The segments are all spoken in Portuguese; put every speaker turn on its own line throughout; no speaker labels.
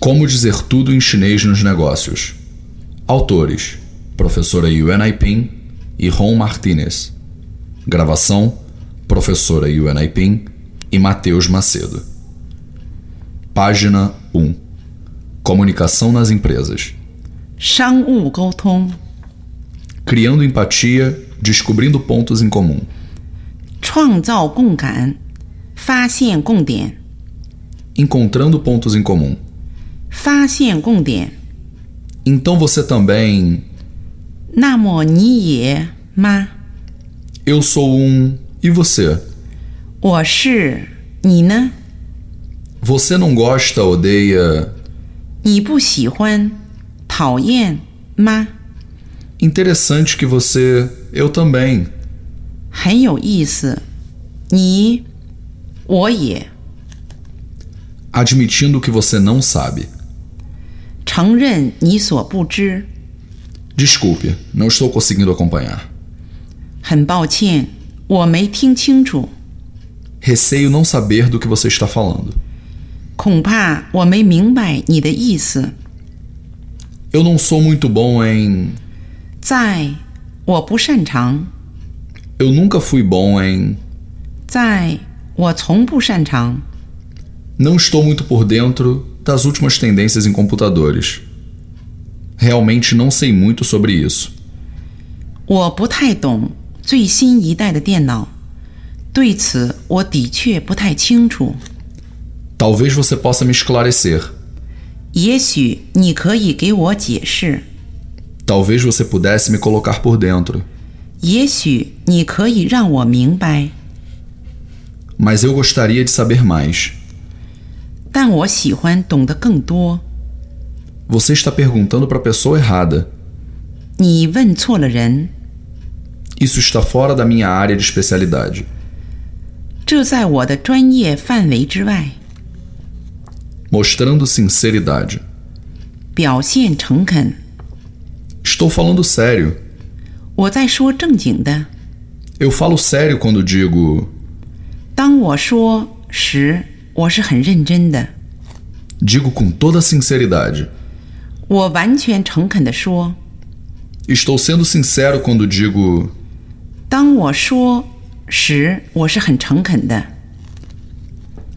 Como dizer tudo em chinês nos negócios. Autores: Professora Yuan Aiping e Ron Martinez. Gravação: Professora Yuan Aiping e Matheus Macedo. Página 1. Comunicação nas empresas.
商务沟通、
Criando empatia, descobrindo pontos em comum.
创造共感、发现共点、
Encontrando pontos em comum.
发现共点。
Então você também.
那么你也吗？
Eu sou um. E você?
我是，你呢？
Você não gosta, odeia.
你不喜欢、讨厌吗？
Interessante que você. Eu também.
很有意思。你，我也
Admitindo que você não sabe.
承认你所不知，
Desculpe, não estou conseguindo acompanhar.
很抱歉，我没听清楚，
Receio não saber do que você está falando.
恐怕我没明白你的意思。
Eu não sou muito bom em.
在，我不擅长，
Eu nunca fui bom em.
在我从不擅长。
Não estou muito por dentro das últimas tendências em computadores. Realmente não sei muito sobre isso.
我不太懂最新一代的电脑，对此我的确不太清楚。
Talvez você possa me esclarecer.
也许你可以给我解释，
Talvez você pudesse me colocar por dentro.
也许你可以让我明白，
Mas eu gostaria de saber mais.
但我喜欢懂得更多。
Você está perguntando para a pessoa errada.
你问错了人，
Isso está fora da minha área de especialidade.
这在我的专业范围之外。
Mostrando sinceridade.
表现诚恳，
Estou falando sério.
我在说正经的。
Eu falo sério quando digo.
当我说时，我是很认真的，
Digo com toda sinceridade.
我完全诚恳地说。
Estou sendo sincero quando digo.
当我说时，我是很诚恳的。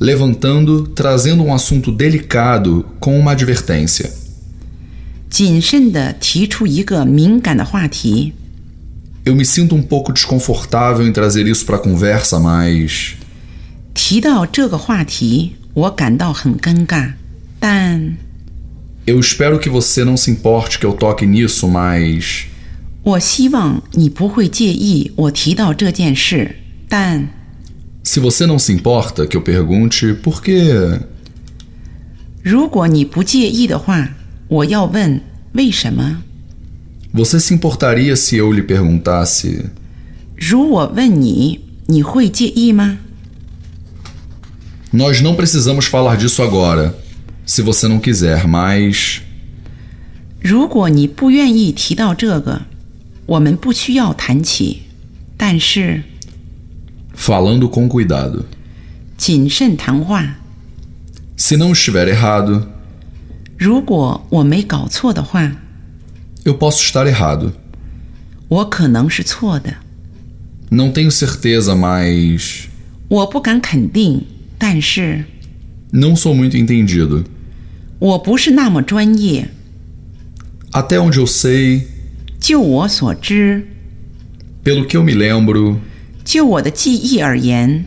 Levantando, trazendo um assunto delicado com uma advertência.
谨慎地提出一个敏感的话题，
Eu me sinto um pouco desconfortável em trazer isso para a conversa, mas.
提到这个话题，我感到很尴尬。但
Eu espero que você não se importe que eu toque nisso, mas.
我希望你不会介意我提到这件事。但
Se você não se importa que eu pergunte por quê,
如果你不介意的话，我要问为什么？
você se importaria se eu lhe perguntasse?
如我问你，你会介意吗？
Nós não precisamos falar disso agora, se você não quiser, mas.
如果你不愿意提到这个，我们不需要谈起。但是
Falando com cuidado.
谨慎谈话。
Se não estiver errado,
如果我没搞错的话，
eu posso estar errado.
我可能是错的。
Não tenho certeza, mas.
我不敢肯定，但是
Não sou muito entendido.
我不是那么专业。
Até onde eu sei,
就我所知，
pelo que eu me lembro,
就我的记忆而言，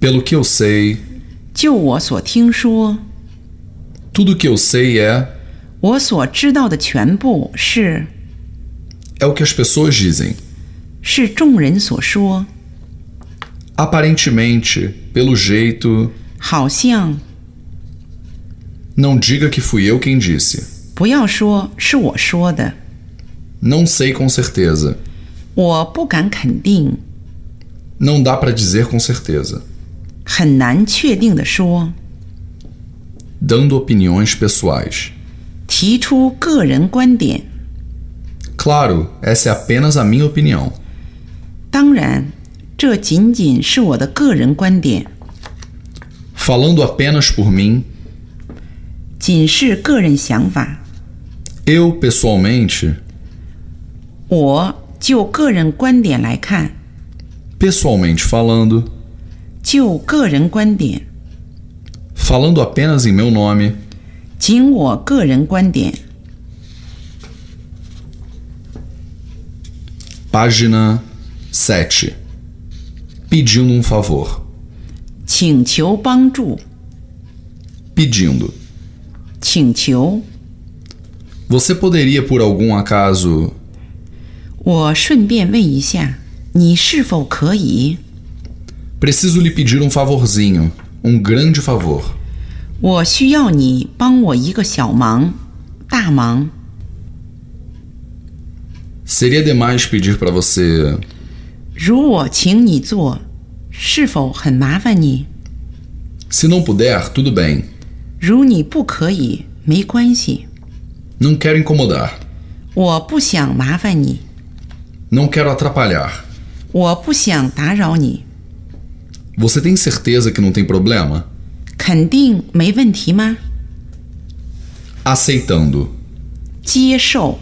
pelo que eu sei,
就我所听说，
tudo que eu sei é.
我所知道的全部是
é o que as pessoas dizem.
是众人所说，
Aparentemente, pelo jeito,
好像
não diga que fui eu quem disse.
不要说是我说的，
Não sei com certeza.
我不敢肯定，
Não dá pra dizer com certeza.
很难确定的说，
Dando opiniões pessoais.
提出个人观点。
Claro, essa é apenas a minha opinião.
当然，这仅仅是我的个人观点，
Falando apenas por mim,
仅是个人想法。
Eu, pessoalmente,
我就个人观点来看，
pessoalmente falando,
就个人观点，
falando apenas em meu nome,
仅我个人观点。
página 7. Pedindo um favor.
请求帮助，
Pedindo.
请求。
Você poderia, por algum acaso,
我顺便问一下，你是否可以？
preciso lhe pedir um favorzinho, um grande favor.
我需要你帮我一个小忙，大忙。
Seria demais pedir para você.
如我请你做，是否很麻烦你？
Se não puder, tudo bem.
如你不可以，没关系，
Não quero incomodar.
我不想麻烦你，
Não quero atrapalhar.
我不想打扰你，
Você tem certeza que não tem problema?
肯定没问题吗？
Aceitando.
接受，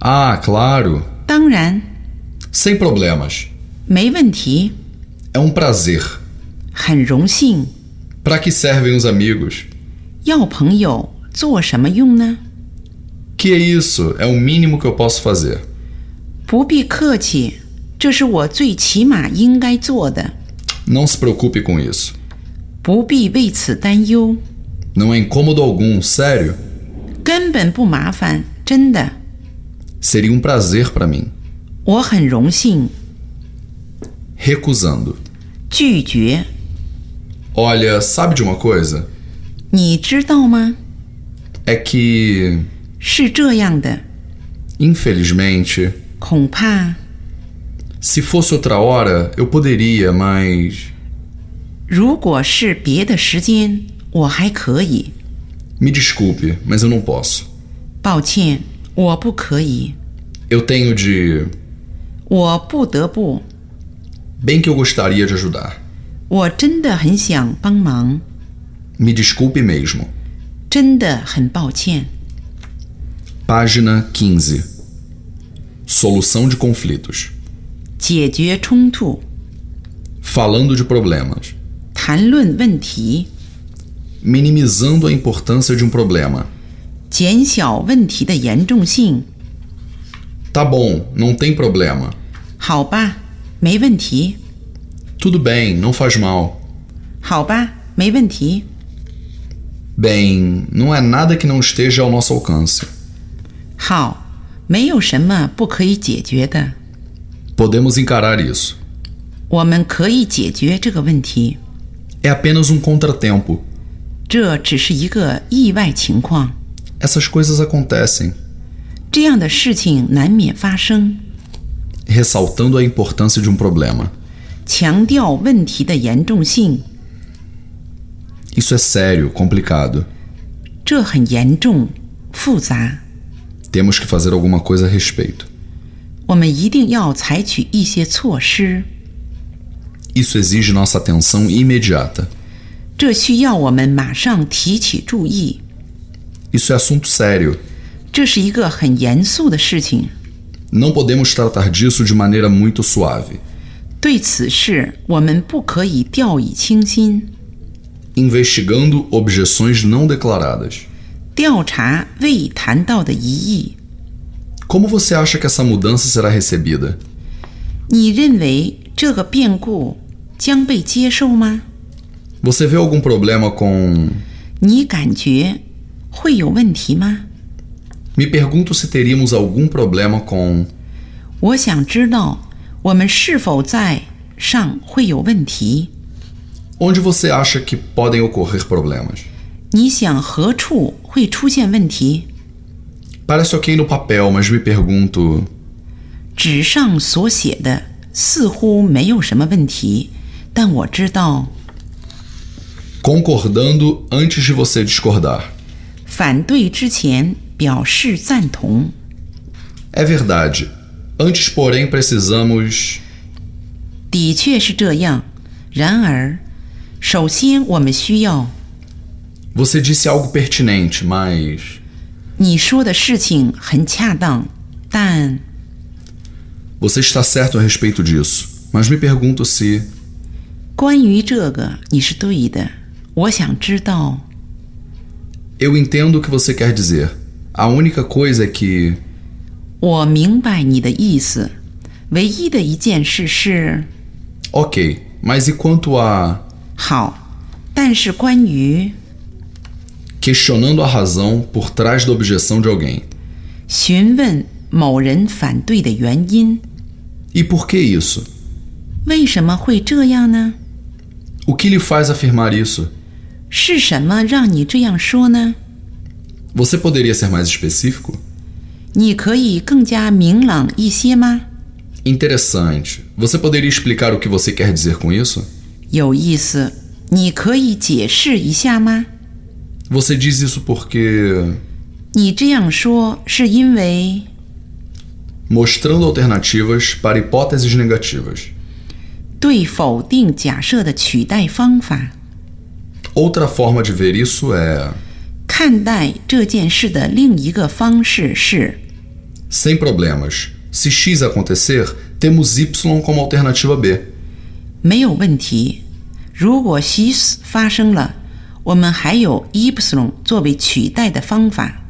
Ah, claro.
当然，
Sem problemas.
没问题，
É um prazer.
很荣幸。
Para que servem os amigos?
要朋友做什么用呢？
Que é isso? É o mínimo que eu posso fazer.
不必客气，这是我最起码应该做的，
Não se preocupe com isso.
不必为此担忧，
Não é incômodo algum, sério.
根本不麻烦，真的，
Seria um prazer para mim.
我很荣幸。
Recusando.
拒绝，
Olha, sabe de uma coisa?
你知道吗？
É que,
是这样的，
infelizmente,
恐怕
se fosse outra hora eu poderia, mas.
如果是别的时间，我还可以。
Me desculpe, mas eu não posso.
抱歉，我不可以，
Eu tenho de.
我不得不，
Bem que eu gostaria de ajudar.
我真的很想帮忙，
Me desculpe mesmo.
真的很抱歉。
Página 15. Solução de conflitos.
解决冲突，
Falando de problemas.
谈论问题，
Minimizando a importância de um problema.
减小问题的严重性。
Tá bom, não tem problema.
好吧，没问题。
Tudo bem, não faz mal.
好吧，没问题。
Bem, não é nada que não esteja ao nosso alcance.
好，没有什么不可以解决的，
Podemos encarar isso.
我们可以解决这个问题。
É apenas um contratempo.
这只是一个意外情况，
Essas coisas acontecem,
这样的事情难免发生。
ressaltando a importância de um problema.
强调问题的严重性，
Isso é sério, complicado.
这很严重、复杂，
Temos que fazer alguma coisa a respeito.
我们一定要采取一些措施。
Isso exige nossa atenção imediata.
这需要我们马上提起注意。
Isso é assunto sério.
这是一个很严肃的事情，
Não podemos tratar disso de maneira muito suave.
对此事我们不可以掉以轻心。
Investigando objeções não declaradas.
调查未谈到的疑义，
Como você acha que essa mudança será recebida?
你认为这个变故将被接受吗？
Você vê algum problema com.
你感觉会有问题吗？
Me pergunto se teríamos algum problema com.
我想知道我们是否在上会有问题。
Onde você acha que podem ocorrer problemas?
你想何处会出现问题？
Parece ok no papel, mas me pergunto.
纸上所写的似乎没有什么问题，但我知道
Concordando antes de você discordar.
反对之前表示赞同。
É verdade. Antes, porém, precisamos.
的确是这样。然而，首先我们需要
Você disse algo pertinente, mas
你说的事情很恰当，但
você está certo a respeito disso. Mas me pergunto se
关于这个你是对的。我想知道，
eu entendo o que você quer dizer. A única coisa é que
我明白你的意思。唯一的一件事是
OK, mas e quanto a
好，但是关于
questionando a razão por trás da objeção de alguém?
询问某人反对的原因，
E por que isso?
为什么会这样呢？
O que lhe faz afirmar isso?
是什么让你这样说呢？
Você poderia ser mais específico?
你可以更加明朗一些吗？
Interessante. Você poderia explicar o que você quer dizer com isso?
有意思，你可以解释一下吗？
Você diz isso porque.
你这样说是因为
mostrando alternativas para hipóteses negativas.
对否定假设的取代方法，
Outra forma de ver isso é.
看待这件事的另一个方式是
sem problemas. Se X acontecer, temos Y como alternativa B.
没有问题。如果 x 发生了，我们还有 y 作为取代的方法。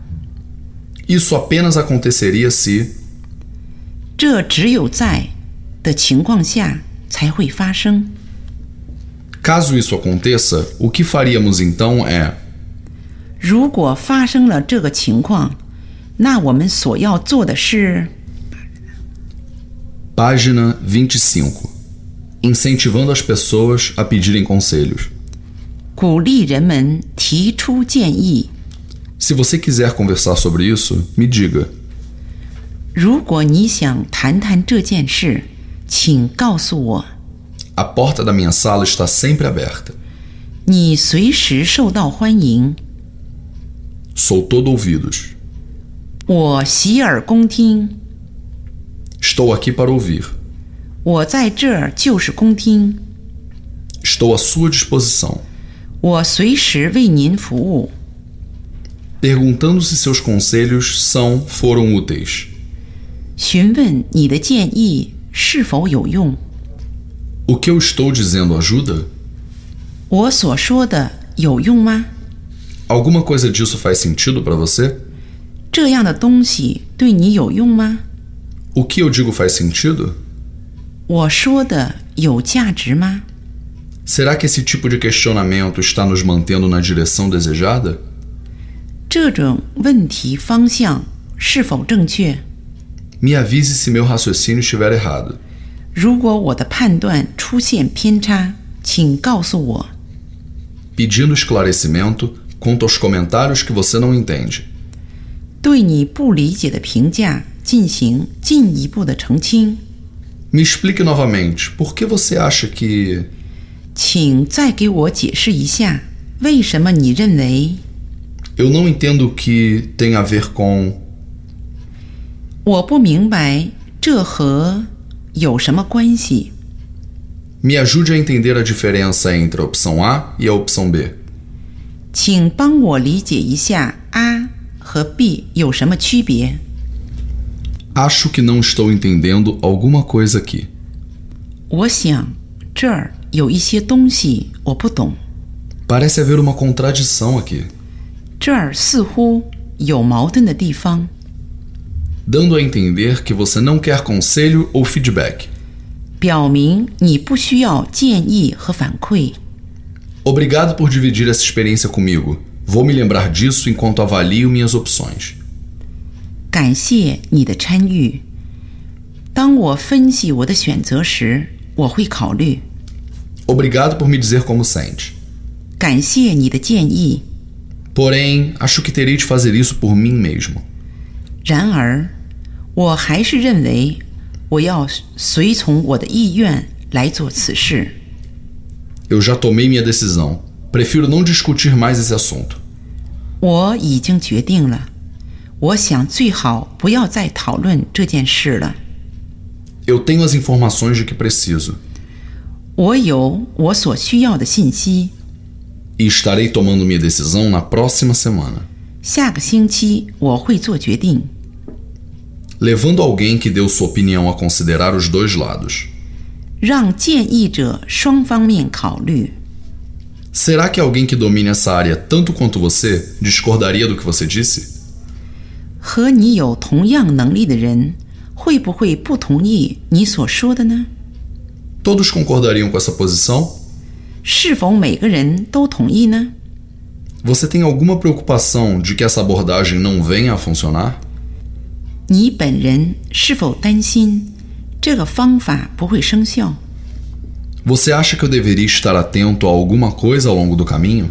Isso apenas aconteceria se.
这只有在的情况下才会发生。
Caso isso aconteça, o que faríamos então é.
如果发生了这个情况，那我们所要做的是
Página 25 Incentivando as pessoas a pedirem conselhos.
鼓励人们提出建议。
Se você quiser conversar sobre isso, me diga.
如果你想谈谈这件事，请告诉我。
A porta da minha sala está sempre aberta.
你随时受到欢迎，
Sou todo ouvidos.
我洗耳恭听。
Estou aqui para ouvir.
我在这儿就是恭听，
Estou à sua disposição.
我随时为您服务。
Perguntando se seus conselhos são, foram úteis.
询问你的建议是否有用，
O que eu estou dizendo ajuda?
我所说的有用吗？
Alguma coisa disso faz sentido para você?
这样的东西对你有用吗？
O que eu digo faz sentido?
我说的有价值吗？
Será que esse tipo de questionamento está nos mantendo na direção desejada?
这种问题方向是否正确？
Me avise se meu raciocínio estiver errado.
如果我的判断出现偏差，请告诉我。
Pedindo esclarecimento quanto aos comentários que você não entende.
对你不理解的评价进行进一步的澄清，
Me explique novamente, por que você acha que.
请再给我解释一下，为什么你认为
Eu não entendo o que tem a ver com.
我不明白这和有什么关系？
Me ajude a entender a diferença entre a opção A e a opção B.
请帮我理解一下 A 和 B 有什么区别？
Acho que não estou entendendo alguma coisa aqui.
我想这儿有一些东西我不懂，
Parece haver uma contradição aqui.
这儿似乎有矛盾的地方，
dando a entender que você não quer conselho ou feedback.
表明你不需要建议和反馈。
Obrigado por dividir essa experiência comigo. Vou me lembrar disso enquanto avalio minhas opções.
感谢你的参与。当我分析我的选择时，我会考虑。
Obrigado por me dizer como sente.
感谢你的建议。
Porém, acho que terei de fazer isso por mim mesmo.
然而，我还是认为我要随从我的意愿来做此事。
Eu já tomei minha decisão. Prefiro não discutir mais esse assunto.
我已经决定了，我想最好不要再讨论这件事了。
Eu tenho as informações de que preciso.
我有我所需要的信息，
e estarei tomando minha decisão na próxima semana.
下个星期我会做决定。
Levando alguém que deu sua opinião a considerar os dois lados.
让建议者双方面考虑。
Será que alguém que domine essa área tanto quanto você discordaria do que você disse?
和你有同样能力的人，会不会不同意你所说的呢？
Todos concordariam com essa posição?
是否每个人都同意呢？
Você tem alguma preocupação de que essa abordagem não venha a funcionar?
你本人是否担心这个方法不会生效？
Você acha que eu deveria estar atento a alguma coisa ao longo do caminho?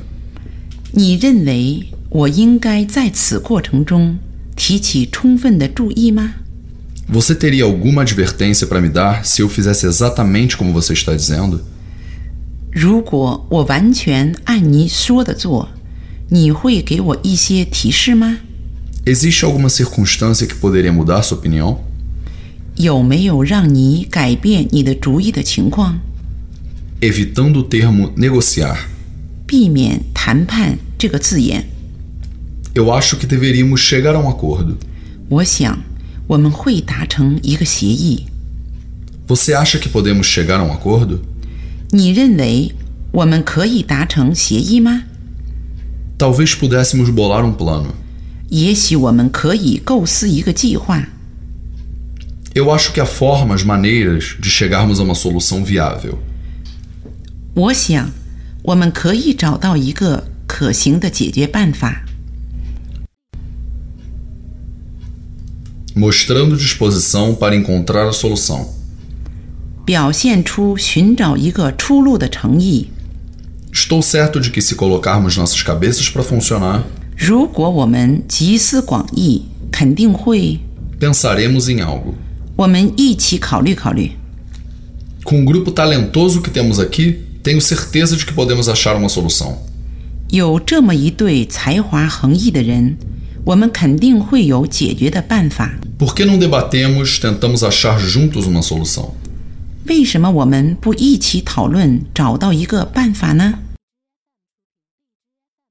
你认为我应该在此过程中提起充分的注意吗？
Você teria alguma advertência para me dar se eu fizesse exatamente como você está dizendo?
如果我完全按你说的做，你会给我一些提示吗？
Existe alguma circunstância que poderia mudar sua opinião?
有没有让你改变你的主意的情况？
Evitando o termo negociar,
避免“谈判”这个字眼。
eu acho que deveríamos chegar a um acordo.
我想我们会达成一个协议。
Você acha que podemos chegar a um acordo?
你认为我们可以达成协议吗？
Talvez pudéssemos bolar um plano.
也许我们可以构思一个计划。
Eu acho que há formas, maneiras de chegarmos a uma solução viável.
我想我们可以找到一个可行的解决办法。
Mostrando disposição para encontrar a solução.
表现出寻找一个出路的诚意。
Estou certo de que se colocarmos nossas cabeças para funcionar,
如果我们集思广益，肯定会。
pensaremos em algo.
我们一起考虑考虑。
Com o grupo talentoso que temos aqui, tenho certeza de que podemos achar uma solução.
有这么一对才华横溢的人，我们肯定会有解决的办法。
Por que não debatemos, tentamos achar juntos uma solução?
为什么我们不一起讨论，找到一个办法呢？